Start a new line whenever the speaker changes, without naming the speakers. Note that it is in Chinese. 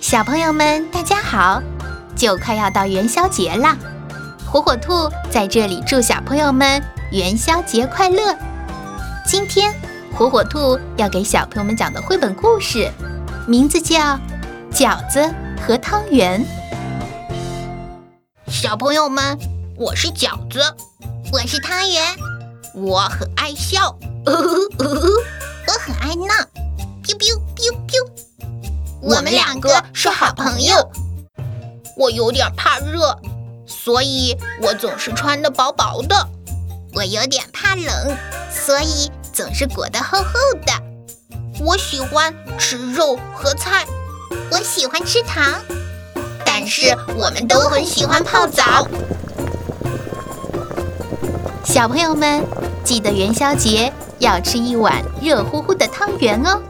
小朋友们，大家好！就快要到元宵节啦，火火兔在这里祝小朋友们元宵节快乐。今天，火火兔要给小朋友们讲的绘本故事，名字叫《饺子和汤圆》。
小朋友们，我是饺子，
我是汤圆，
我很爱笑，
我很爱闹，
biu biu biu biu。
我们两个是好朋友。
我有点怕热，所以我总是穿的薄薄的。
我有点怕冷，所以总是裹得厚厚的。
我喜欢吃肉和菜，
我喜欢吃糖，
但是我们都很喜欢泡澡。
小朋友们，记得元宵节要吃一碗热乎乎的汤圆哦。